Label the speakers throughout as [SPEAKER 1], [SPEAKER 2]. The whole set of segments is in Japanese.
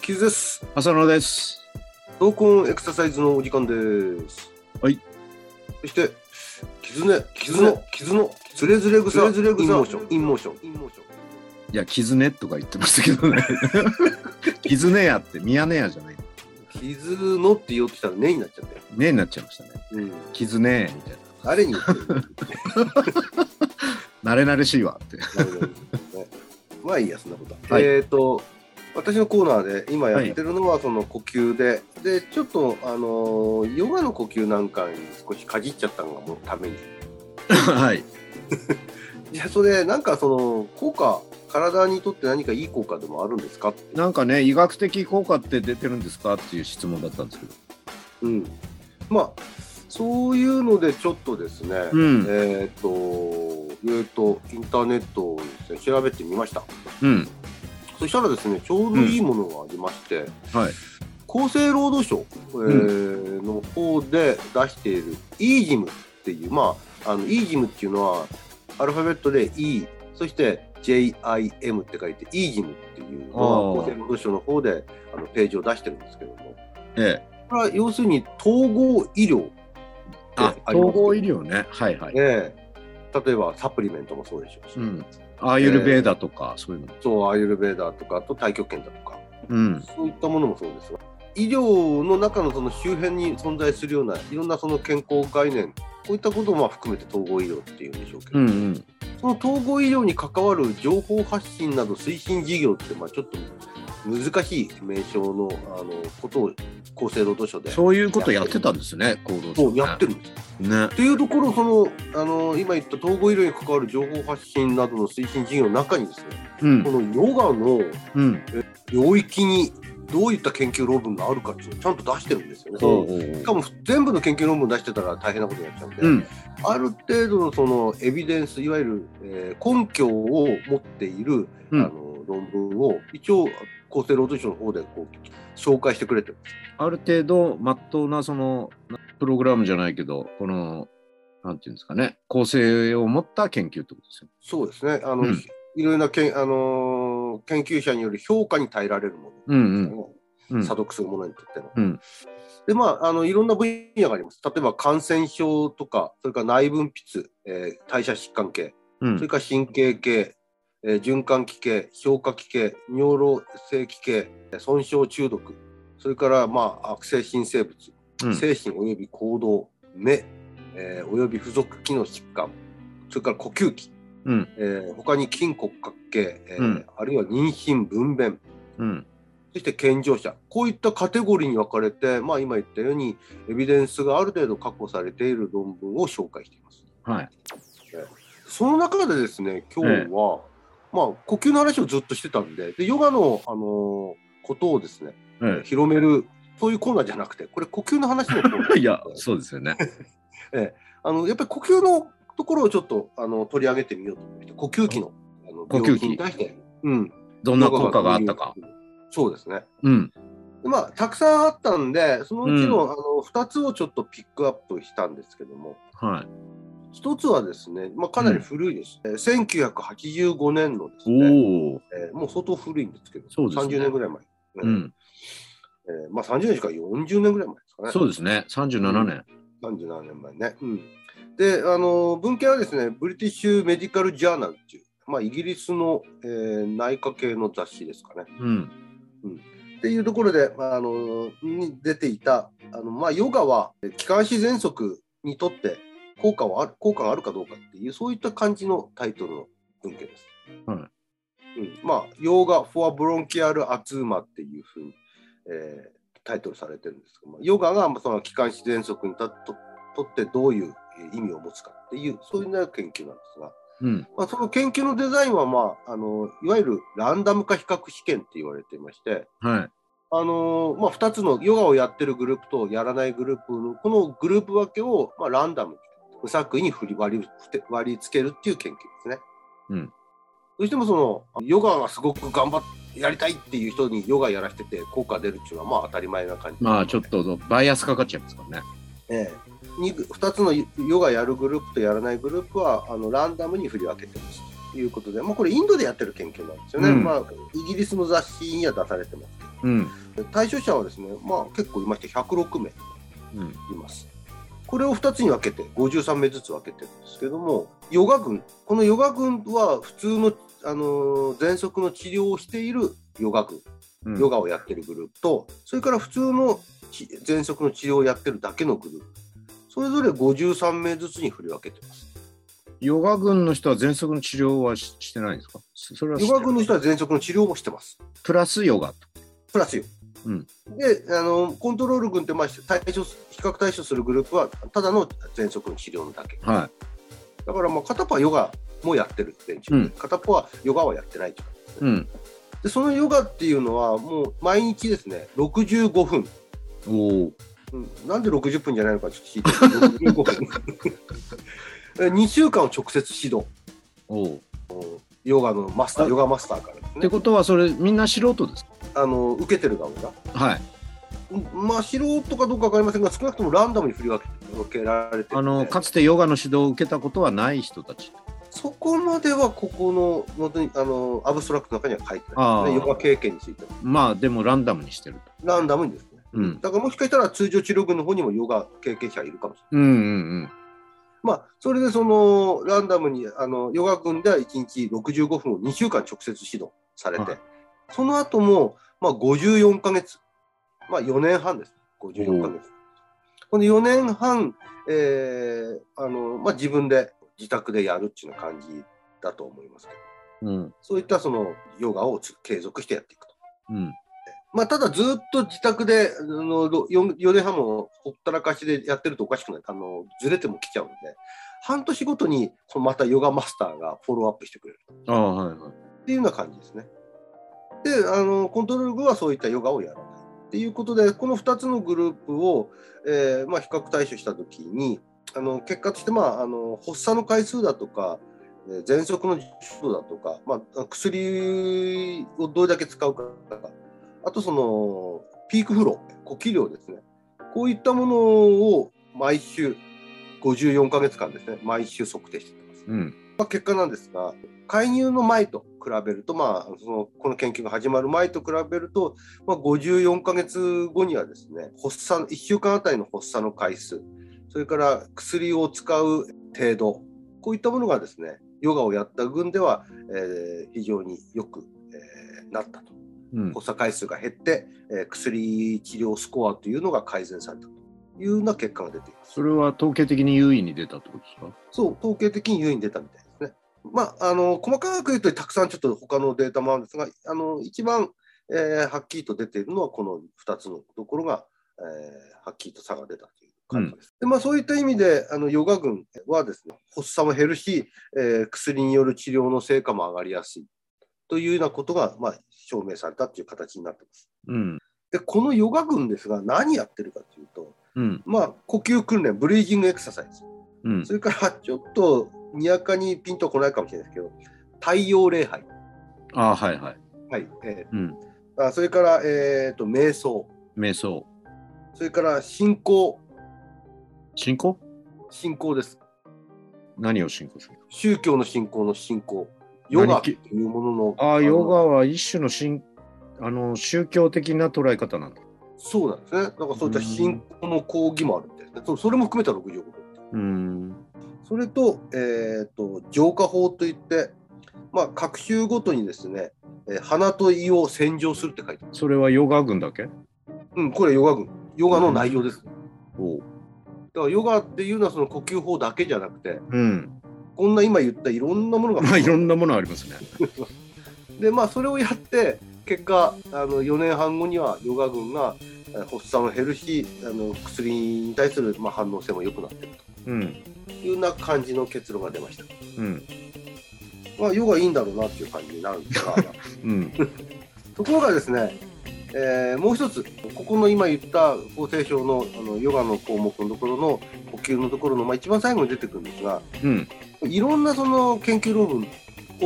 [SPEAKER 1] キズです。
[SPEAKER 2] 浅野です。
[SPEAKER 1] 闘魂エクササイズのお時間です。
[SPEAKER 2] はい。
[SPEAKER 1] そして、傷ね、傷の、傷の、ズレズレ草、ズレズレ草、インモーション、インモーション、インモーション。
[SPEAKER 2] いや、キズネとか言ってましたけど ね。キズネやってミヤネ屋じゃない。
[SPEAKER 1] 傷のって言おうとしたらねになっちゃったよ。
[SPEAKER 2] ねになっちゃいましたね。
[SPEAKER 1] うん。
[SPEAKER 2] キズネみたい
[SPEAKER 1] 誰に言ってる
[SPEAKER 2] な。慣れ慣れしいわって。
[SPEAKER 1] なるほどね まあいいや、そんなことは。
[SPEAKER 2] はい
[SPEAKER 1] えっ、と、私のコーナーで今やってるのはその呼吸で、で、ちょっと、あのーヨガの呼吸なんかに少しかじっちゃったのがもうために。
[SPEAKER 2] はい。
[SPEAKER 1] いや、それ、なんかその、効果、体にとって何かいい効果でもあるんですかって
[SPEAKER 2] なんかね、医学的効果って出てるんですかっていう質問だったんですけど。
[SPEAKER 1] うん、まあそういうのでちょっとですね、
[SPEAKER 2] うん。
[SPEAKER 1] えっ、といろいろとインターネットをですね調べてみました
[SPEAKER 2] うん。
[SPEAKER 1] そしたらですねちょうどいいものがありまして、
[SPEAKER 2] はい。
[SPEAKER 1] 厚生労働省、えーの方で出している e ジムっていうまああの e ジムっていうのはアルファベットで E そして JIM って書いて e ジムっていうのが
[SPEAKER 2] あ
[SPEAKER 1] 厚
[SPEAKER 2] ー
[SPEAKER 1] 生労働省の方であのページを出してるんですけども
[SPEAKER 2] ええ。
[SPEAKER 1] これは要するに統合医療
[SPEAKER 2] あ
[SPEAKER 1] で、ります
[SPEAKER 2] 統合医療ね。はいはい。
[SPEAKER 1] ええ例えばサプリメントもそうでしょうし、
[SPEAKER 2] うん。アーユルベーダとか、そういうの。
[SPEAKER 1] そうアーユルベーダーとかあと太極拳だとか
[SPEAKER 2] うん。
[SPEAKER 1] そういったものもそうですが医療の中のその周辺に存在するようないろんなその健康概念こういったことをまあ含めて統合医療っていうんでしょうけど、
[SPEAKER 2] うんうん。
[SPEAKER 1] その統合医療に関わる情報発信など推進事業ってまあちょっと難しい名称のあのことを厚生労働省で
[SPEAKER 2] そういうことやってたんですね、行動
[SPEAKER 1] そうやってるんです。
[SPEAKER 2] ね。
[SPEAKER 1] というところそのあの今言った統合医療に関わる情報発信などの推進事業の中にですね
[SPEAKER 2] うん
[SPEAKER 1] こ。のヨガの
[SPEAKER 2] うん。
[SPEAKER 1] 領域にどういった研究論文があるかっていうのをちゃんと出してるんですよね。
[SPEAKER 2] ほうほ
[SPEAKER 1] しかも全部の研究論文出してたら大変なことになっちゃうんで、
[SPEAKER 2] う。うん。
[SPEAKER 1] ある程度のそのエビデンスいわゆる、えー根拠を持っている、
[SPEAKER 2] うん
[SPEAKER 1] あの論文を一応厚生労働省の方でこう紹介してくれてる
[SPEAKER 2] ある程度、まっとうな、その、プログラムじゃないけど、この、なんていうんですかね、構成を持った研究ってことですよ。
[SPEAKER 1] そうですねあの、
[SPEAKER 2] うん
[SPEAKER 1] いろいろなけん、あのー研究者による評価に耐えられるもの
[SPEAKER 2] うん
[SPEAKER 1] ですよね。
[SPEAKER 2] うん。
[SPEAKER 1] 査読するものにとっての。
[SPEAKER 2] うん
[SPEAKER 1] でまああのいろんな分野があります。例えば感染症とかそれから内分泌、えー代謝疾患系、
[SPEAKER 2] う
[SPEAKER 1] それ
[SPEAKER 2] ん。
[SPEAKER 1] から神経系、えー循環器系、消化器系、尿路性器系、えー損傷中毒、それからまあ悪性新生物、
[SPEAKER 2] うん
[SPEAKER 1] 精神および行動、目、えーおよび付属機能疾患、それから呼吸器。
[SPEAKER 2] うん
[SPEAKER 1] えー他に筋骨格系、えー
[SPEAKER 2] うん
[SPEAKER 1] あるいは妊娠、分娩、
[SPEAKER 2] うん。
[SPEAKER 1] そして健常者、こういったカテゴリーに分かれて、まあ、今言ったように、エビデンスがある程度確保されている論文を紹介しています。
[SPEAKER 2] はい。
[SPEAKER 1] その中でですね、今日は、まあ、呼吸の話をずっとしてたんで、でヨガの、あのーことをですね、
[SPEAKER 2] え
[SPEAKER 1] 広める、そういうコーナーじゃなくて、これ、呼吸の話のコーナー
[SPEAKER 2] え いや、そうですよね。
[SPEAKER 1] あのやっぱり呼吸のところをちょっとあの取り上げてみようと思って、呼吸器のあの
[SPEAKER 2] 呼吸器
[SPEAKER 1] 病気に対して、うん、
[SPEAKER 2] どんな効果があったか。。
[SPEAKER 1] そうですね。
[SPEAKER 2] うん。
[SPEAKER 1] でまあ、たくさんあったんで、そのうちの,、あの2つをちょっとピックアップしたんですけども、
[SPEAKER 2] はい。
[SPEAKER 1] 1つはですね、まあ、かなり古いです、えー1985年のですね、
[SPEAKER 2] おお。
[SPEAKER 1] えーもう相当古いんですけど、
[SPEAKER 2] そうですね
[SPEAKER 1] 30年ぐらい前、
[SPEAKER 2] う
[SPEAKER 1] え
[SPEAKER 2] ん。
[SPEAKER 1] ーまあ、30年しか40年ぐらい前ですかね、
[SPEAKER 2] そうですね。三十七年。
[SPEAKER 1] 37年前ね。うん、であの、文献はですね、ブリティッシュ・メディカル・ジャーナルっていう、まあ、イギリスの、えー内科系の雑誌ですかね。
[SPEAKER 2] うん。
[SPEAKER 1] っていうところで、まあ、あのに出ていたあの、まあ、ヨガはえ気管支喘息にとって効果はある効果があるかどうかっていうそういった感じのタイトルの文献です。
[SPEAKER 2] は
[SPEAKER 1] うんまあ、ヨガ・フォア・ブロンキアル・アツーマっていうふうに、えータイトルされてるんですけど、まあ、ヨガがまあその気管支喘息にとととってどういうえー意味を持つかっていうそういうような研究なんですが、
[SPEAKER 2] うん。
[SPEAKER 1] まあ、その研究のデザインは、まあ、あのいわゆるランダム化比較試験って言われていまして、
[SPEAKER 2] はい。
[SPEAKER 1] あのーまあ、2つのヨガをやってるグループとやらないグループのこのグループ分けを、まあ、ランダムに無作為に振り割りふて割り付けるっていう研究ですね。
[SPEAKER 2] うん
[SPEAKER 1] どうしてもそのヨガがすごく頑張っやりたいっていう人にヨガやらせてて効果出るっていうのはまあ当たり前な感じ、
[SPEAKER 2] まあちょっとバイアスかかっちゃいますからね。
[SPEAKER 1] ええ、に2つのヨガやるグループとやらないグループはあのランダムに振り分けてますということで、まあ、これインドでやってる研究なんですよね、
[SPEAKER 2] うん
[SPEAKER 1] まあ、イギリスの雑誌には出されてますけ
[SPEAKER 2] うん。
[SPEAKER 1] ど対象者はですね、まあ、結構いまして106名
[SPEAKER 2] うん、
[SPEAKER 1] います。これを2つに分けて53名ずつ分けてるんですけどもヨガ群このヨガ群は普通の、あのー喘息の治療をしているヨガ群
[SPEAKER 2] うん
[SPEAKER 1] ヨガをやってるグループと、それから普通のち喘息の治療をやってるだけのグループ、それぞれ53名ずつに振り分けてます。
[SPEAKER 2] ヨガ群の人は喘息の治療はししてないんですかそそれは
[SPEAKER 1] ヨガ群の人
[SPEAKER 2] は
[SPEAKER 1] は喘息の治療もしてます。
[SPEAKER 2] プラスヨガと。
[SPEAKER 1] プラスよ。
[SPEAKER 2] うん
[SPEAKER 1] であの、コントロール群って、まあ、対処す比較対処するグループは、ただの喘息の治療のだけ。
[SPEAKER 2] は
[SPEAKER 1] だから、まあ、片っぽはヨガもやってる連中、
[SPEAKER 2] うん
[SPEAKER 1] 片っぽはヨガはやってないと
[SPEAKER 2] い。うん。
[SPEAKER 1] で、そのヨガっていうのは、もう毎日ですね、65分。
[SPEAKER 2] おお。
[SPEAKER 1] うんなんで60分じゃないのかちょっと聞いて、65分。2週 間を直接指導、
[SPEAKER 2] おお。
[SPEAKER 1] ヨガのマスター、ヨガマスターからです
[SPEAKER 2] って
[SPEAKER 1] ね、
[SPEAKER 2] ことはそれみんな素人ですか
[SPEAKER 1] あの受けてる側が、
[SPEAKER 2] はい。
[SPEAKER 1] うんまあ、素人かどうか分かりませんが、少なくともランダムに振り分け分けられてて
[SPEAKER 2] あの、かつてヨガの指導を受けたことはない人たち。
[SPEAKER 1] そこまではここの本当にあのアブストラクトの中には書いてないですね、
[SPEAKER 2] あー
[SPEAKER 1] ヨガ経験についても、
[SPEAKER 2] まあでもランダムにしてると。
[SPEAKER 1] ランダムにですね。
[SPEAKER 2] うん。
[SPEAKER 1] だからもしかしたら通常治療群の方にもヨガ経験者がいるかもしれない。
[SPEAKER 2] うんうん
[SPEAKER 1] まあ、それでそのランダムにあのヨガ群では1日65分を2週間直接指導されて、
[SPEAKER 2] はい
[SPEAKER 1] その後もまあ54ヶ月、まあ、4年半です、54ヶ月。この4年半、えーあのまあ、自分で自宅でやるっていうような感じだと思いますけど、
[SPEAKER 2] うん。うん。
[SPEAKER 1] そういったそのヨガをつ継続してやっていくと。
[SPEAKER 2] うん。
[SPEAKER 1] まあ、ただずっと自宅であの 4, 4年半もほったらかしでやってるとおかしくないあのずれても来ちゃうので半年ごとにそのまたヨガマスターがフォローアップしてくれる
[SPEAKER 2] ああ、はいはい。
[SPEAKER 1] っていうような感じですね。であのコントロールグはそういったヨガをやらないっていうことでこの2つのグループを、えーまあ、比較対処した時にあの結果として、まあ、あの発作の回数だとかえー喘息の症だとか、まあ、薬をどれだけ使うかとかあとそのピークフロー呼吸量ですねこういったものを毎週54ヶ月間ですね毎週測定してます。
[SPEAKER 2] うん。
[SPEAKER 1] まあ、結果なんですが介入の前と比べると、まあ、そのこの研究が始まる前と比べると、まあ、54ヶ月後にはですね発作1週間あたりの発作の回数それから薬を使う程度こういったものがですねヨガをやった群では、えー非常によく、えーなったと
[SPEAKER 2] うん。
[SPEAKER 1] 発作回数が減って、えー薬治療スコアというのが改善されたというような結果が出ています
[SPEAKER 2] そ。れは統計的に優位に出たってことですか
[SPEAKER 1] そう、統計的に優位に出たみたいですね。まあ、あの細かく言うと、たくさんちょっと他のデータもあるんですが、あの一番、えーはっきりと出ているのは、この2つのところが、えーはっきりと差が出たという感じです。でまあ、そういった意味で、あのヨガ群はですね発作も減るし、えー薬による治療の成果も上がりやすいというようなことが、まあ、証明されたという形になってます。
[SPEAKER 2] うん。
[SPEAKER 1] でこのヨガ群ですが、何やってるかというと、
[SPEAKER 2] うん。
[SPEAKER 1] まあ、呼吸訓練、ブリージングエクササイズ。
[SPEAKER 2] うん
[SPEAKER 1] そ。れからちょっとにやかにピンとこないかもしれないですけど、太陽礼拝、
[SPEAKER 2] ああ、はいはい。
[SPEAKER 1] はいえ
[SPEAKER 2] うん。
[SPEAKER 1] ーあそれから、えー、と瞑想、
[SPEAKER 2] 瞑想。
[SPEAKER 1] それから信仰、
[SPEAKER 2] 信仰
[SPEAKER 1] 信仰です。
[SPEAKER 2] 何を信仰する
[SPEAKER 1] 宗教の信仰の信仰、ヨガと
[SPEAKER 2] 何
[SPEAKER 1] いうものの。
[SPEAKER 2] ああ、
[SPEAKER 1] の
[SPEAKER 2] ヨガは一種の信あの宗教的な捉え方なんだ。
[SPEAKER 1] そうなんですね。だからそういった信仰の講義もあるみたいですね。そうそれも含めた65分。
[SPEAKER 2] うーん。
[SPEAKER 1] それと、えー、と浄化法といって、まあ、各週ごとにですね、えー鼻と胃を洗浄するって書いてある。
[SPEAKER 2] それはヨガ群だけ
[SPEAKER 1] うん、これヨガ群、ヨガの内容です。
[SPEAKER 2] おう。
[SPEAKER 1] だからヨガっていうのはその呼吸法だけじゃなくて
[SPEAKER 2] うん。
[SPEAKER 1] こんな今言ったいろんなものが
[SPEAKER 2] まあ、いろんなものありますね。
[SPEAKER 1] でまあそれをやって結果あの4年半後にはヨガ群がえー発作も減るしあの薬に対するまあ反応性も良くなってる
[SPEAKER 2] うん。
[SPEAKER 1] というような感じの結論が出ました。
[SPEAKER 2] うん。
[SPEAKER 1] まあヨガいいんだろうなっていう感じになるんですが
[SPEAKER 2] うん。
[SPEAKER 1] ところがですね、えーもう一つここの今言った厚生省のあのヨガの項目のところの呼吸のところの、まあ、一番最後に出てくるんですが
[SPEAKER 2] うん。
[SPEAKER 1] いろんなその研究論文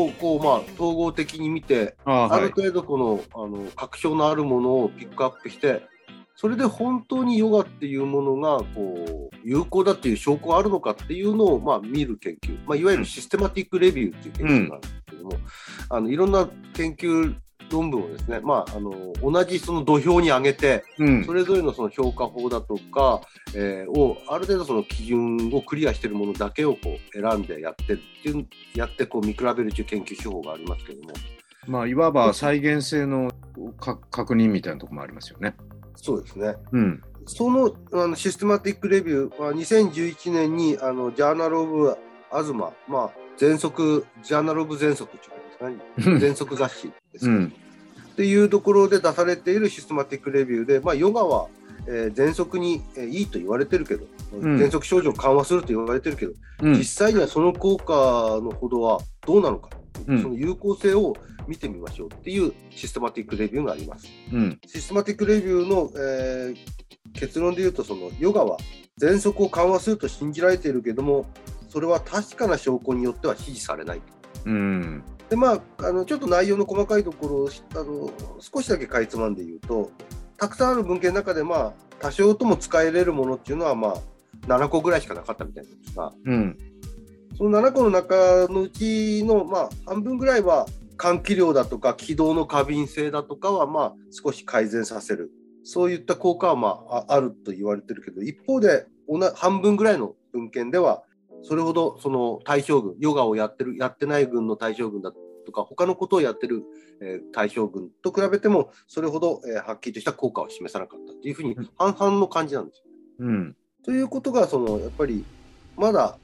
[SPEAKER 1] をこう、まあ、統合的に見て、
[SPEAKER 2] あ あ、
[SPEAKER 1] あ
[SPEAKER 2] は
[SPEAKER 1] る
[SPEAKER 2] い。
[SPEAKER 1] 程度このあの確証のあるものをピックアップしてそれで本当にヨガっていうものがこう有効だっていう証拠があるのかっていうのを、まあ、見る研究、まあ、いわゆるシステマティックレビューっていう研究なんですけども、あのいろんな研究論文をですね、まあ、あの同じその土俵に上げて
[SPEAKER 2] うん
[SPEAKER 1] そ。れぞれのその評価法だとか、えーをある程度その基準をクリアしてるものだけをこう選んでやってるっていうやってこう見比べるという研究手法がありますけども。
[SPEAKER 2] まあ、いわば再現性のか確認みたいなところもありますよね。
[SPEAKER 1] そうですね
[SPEAKER 2] うん。
[SPEAKER 1] そのあのシステマティックレビューは2011年にあのジャーナル・オブ・アズマ、まあ、全息、ジャーナル・オブ・全息っていうか、全息雑誌です
[SPEAKER 2] う
[SPEAKER 1] ね、
[SPEAKER 2] ん。
[SPEAKER 1] っていうところで出されているシステマティックレビューで、まあ、ヨガは、えー、喘息に、えーいいと言われてるけど、
[SPEAKER 2] ん
[SPEAKER 1] 喘息症状緩和すると言われてるけど、
[SPEAKER 2] うん
[SPEAKER 1] 実。際にはその効果のほどはどうなのか、
[SPEAKER 2] うん
[SPEAKER 1] その有効性を見てみましょうっていうシステマティックレビューがあります。
[SPEAKER 2] うん。
[SPEAKER 1] システマティックレビューの、えー結論で言うとそのヨガは喘息を緩和すると信じられているけどもそれは確かな証拠によっては支持されない。
[SPEAKER 2] うん。
[SPEAKER 1] でまあ、あのちょっと内容の細かいところをしあの少しだけかいつまんで言うとたくさんある文献の中で、まあ、多少とも使えれるものっていうのは、まあ、7個ぐらいしかなかったみたいなんですが
[SPEAKER 2] うん。
[SPEAKER 1] その7個の中のうちの、まあ、半分ぐらいは換気量だとか気道の過敏性だとかは、まあ、少し改善させるそういった効果は、まあ、ああると言われてるけど一方でおな半分ぐらいの文献ではそれほどその対象群ヨガをやってるやってない群の対象群だとか他のことをやってる、えー対象群と比べてもそれほど、えーはっきりとした効果を示さなかったというふうに
[SPEAKER 2] うん
[SPEAKER 1] 半々の感じなんですよ
[SPEAKER 2] うん。
[SPEAKER 1] ということがそのやっぱりまだ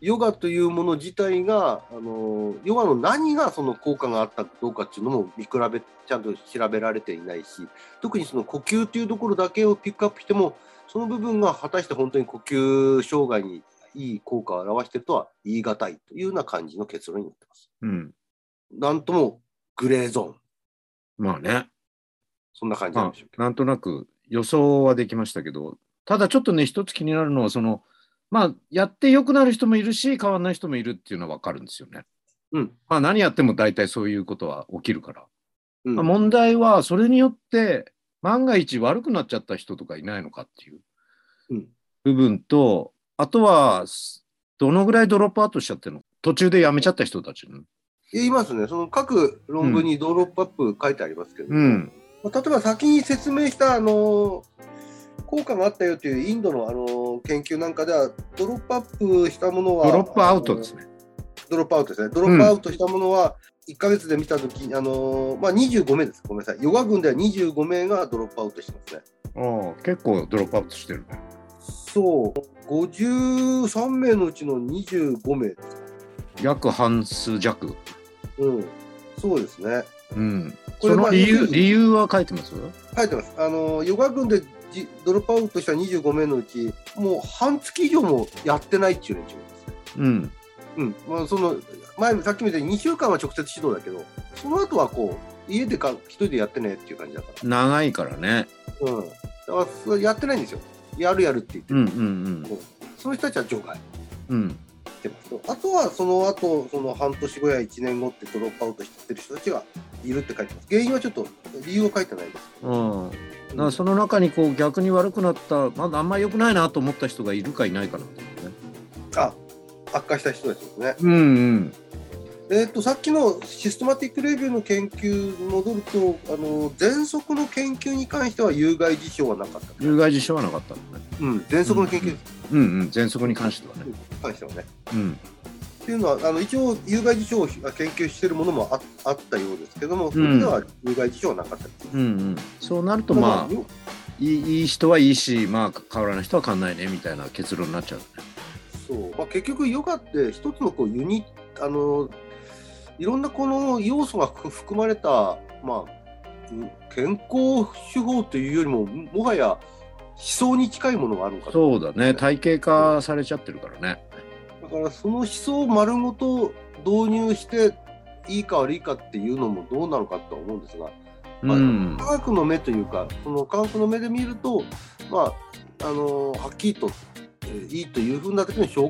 [SPEAKER 1] ヨガというもの自体があのヨガの何がその効果があったかどうかっていうのも見比べちゃんと調べられていないし特にその呼吸というところだけをピックアップしてもその部分が果たして本当に呼吸障害にいい効果を表しているとは言い難いというような感じの結論になってます。
[SPEAKER 2] うん。
[SPEAKER 1] なんともグレーゾーン
[SPEAKER 2] まあね。
[SPEAKER 1] そんな感じなん
[SPEAKER 2] ま
[SPEAKER 1] でしょう
[SPEAKER 2] あ、
[SPEAKER 1] けど。
[SPEAKER 2] なんとなく予想はできましたけど、ただちょっとね、一つ気になるのは、その、まあ、やって良くなる人もいるし、変わらない人もいるっていうのは分かるんですよね。
[SPEAKER 1] うん
[SPEAKER 2] まあ、何やっても大体そういうことは起きるから。
[SPEAKER 1] うん
[SPEAKER 2] まあ問題は、それによって、万が一悪くなっちゃった人とかいないのかっていう
[SPEAKER 1] うん
[SPEAKER 2] 部分と、あとは、すどのぐらいドロップアウトしちゃってるの途中でやめちゃった人たちの。
[SPEAKER 1] 言いますね、その各論文にドロップアップ書いてありますけど、
[SPEAKER 2] うん。
[SPEAKER 1] まあ例えば先に説明したあの効果があったよというインドのあの研究なんかではドロップアップしたものは
[SPEAKER 2] ドロップアウトです
[SPEAKER 1] ね
[SPEAKER 2] ね。
[SPEAKER 1] ドロップアウトですねドロップアウトしたものは1ヶ月で見たとき、あのまあ、25名ですごめんなさいヨガ軍では25名がドロップアウトしてますね
[SPEAKER 2] ああ結構ドロップアウトしてるね。
[SPEAKER 1] そう53名のうちの25名です
[SPEAKER 2] 約半数弱。
[SPEAKER 1] うんそうですね
[SPEAKER 2] うん。
[SPEAKER 1] こ
[SPEAKER 2] そ
[SPEAKER 1] れま
[SPEAKER 2] の
[SPEAKER 1] あ
[SPEAKER 2] 理由、
[SPEAKER 1] 要するに
[SPEAKER 2] 理由は書いてます
[SPEAKER 1] 書いてます。あのヨガ軍でじドロップアウトした25名のうち、もう半月以上もやってないっていう連中ですね。
[SPEAKER 2] うん。
[SPEAKER 1] うん、まあその前さっきみたいに2週間は直接指導だけど、その後はこう家でか一人でやってねっていう感じだか
[SPEAKER 2] 長いからね。
[SPEAKER 1] ら。うん。だからそれやってないんですよ。やるやるって言って
[SPEAKER 2] うん
[SPEAKER 1] る。
[SPEAKER 2] うんうん。
[SPEAKER 1] こうその人たちは除外
[SPEAKER 2] うん。
[SPEAKER 1] してます。あとはその後その半年後や1年後ってドロップアウトしてる人たちがいるって書いてます。原因はちょっと理由は書いてないです。
[SPEAKER 2] ああなその中にこう逆に悪くなった、まだあんまり良くないなと思った人がいるかいないかなんだよね。
[SPEAKER 1] あ悪化した人たちですね。
[SPEAKER 2] うんうん。
[SPEAKER 1] えー、とさっきのシステマティックレビューの研究に戻るとあの喘息の研究に関しては有害事象はなかった、
[SPEAKER 2] 有害事象はなかったのね。
[SPEAKER 1] うん、喘息の研究に
[SPEAKER 2] うんうん。喘息に関してはね。
[SPEAKER 1] 関してはね。
[SPEAKER 2] うん。
[SPEAKER 1] っていうのはあの一応有害事象を研究しているものもああったようですけどもそれでは有害事象はなかったです、
[SPEAKER 2] うんうん。そうなると
[SPEAKER 1] ただ
[SPEAKER 2] まあ、いいいい人はいいし、まあ変わらない人は変わらないねみたいな結論になっちゃうね。
[SPEAKER 1] そう、まあ、結局ヨガって一つのこうユニあのいろんなこの要素が含含まれた、まあ、うん健康手法というよりももはや思想に近いものがあるのかと
[SPEAKER 2] そうだね。体系化されちゃってるからね。
[SPEAKER 1] だからその思想を丸ごと導入していいか悪いかっていうのもどうなのかとは思うんですが、
[SPEAKER 2] う
[SPEAKER 1] まあ
[SPEAKER 2] ん
[SPEAKER 1] 科。学の目というかその科学の目で見ると、まあ、あのはっきりと、えーいいというふうな時の証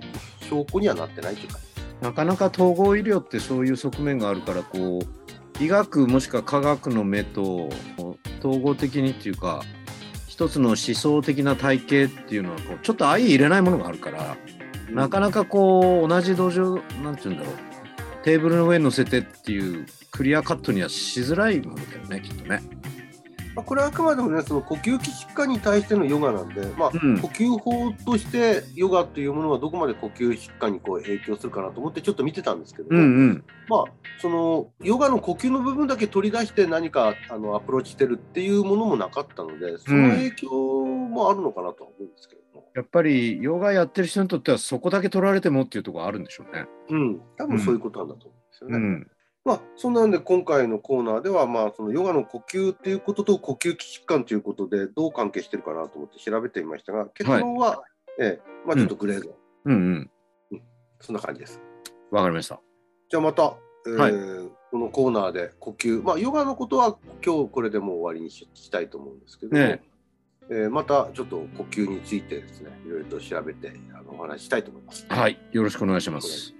[SPEAKER 1] 証拠にはなってないというか、
[SPEAKER 2] なかなか統合医療ってそういう側面があるからこう医学もしくは科学の目と統合的にっていうか一つの思想的な体系っていうのはこうちょっと相入れないものがあるから、なかなかこう同じ土壌なんて言うんだろうテーブルの上に乗せてっていうクリアカットにはしづらいものだよねきっとね。
[SPEAKER 1] まあ、これはあくまでもねその呼吸器疾患に対してのヨガなんで、まあ、
[SPEAKER 2] うん
[SPEAKER 1] 呼吸法としてヨガというものがどこまで呼吸疾患にこう影響するかなと思ってちょっと見てたんですけど、
[SPEAKER 2] うんうん
[SPEAKER 1] まあそのヨガの呼吸の部分だけ取り出して何かあのアプローチしてるっていうものもなかったのでその影響もあるのかなとは思うんですけども、
[SPEAKER 2] やっぱりヨガやってる人にとってはそこだけ取られてもっていうところあるんでしょうね。
[SPEAKER 1] うん、多分そういうことなんだと思うんですよね。
[SPEAKER 2] うん
[SPEAKER 1] まあ、そんなので今回のコーナーでは、まあ、そのヨガの呼吸っていうことと呼吸器疾患ということでどう関係してるかなと思って調べてみましたが結論は、ええまあ、ちょっとグレード、
[SPEAKER 2] うんうん
[SPEAKER 1] そんな感じです。
[SPEAKER 2] わかりました。
[SPEAKER 1] じゃあまた、えー
[SPEAKER 2] はい
[SPEAKER 1] このコーナーで呼吸、まあ、ヨガのことは今日これでもう終わりにしたいと思うんですけども、
[SPEAKER 2] ね
[SPEAKER 1] えーまたちょっと呼吸についてですねいろいろと調べてあのお話ししたいと思います。
[SPEAKER 2] はいよろしくお願いします。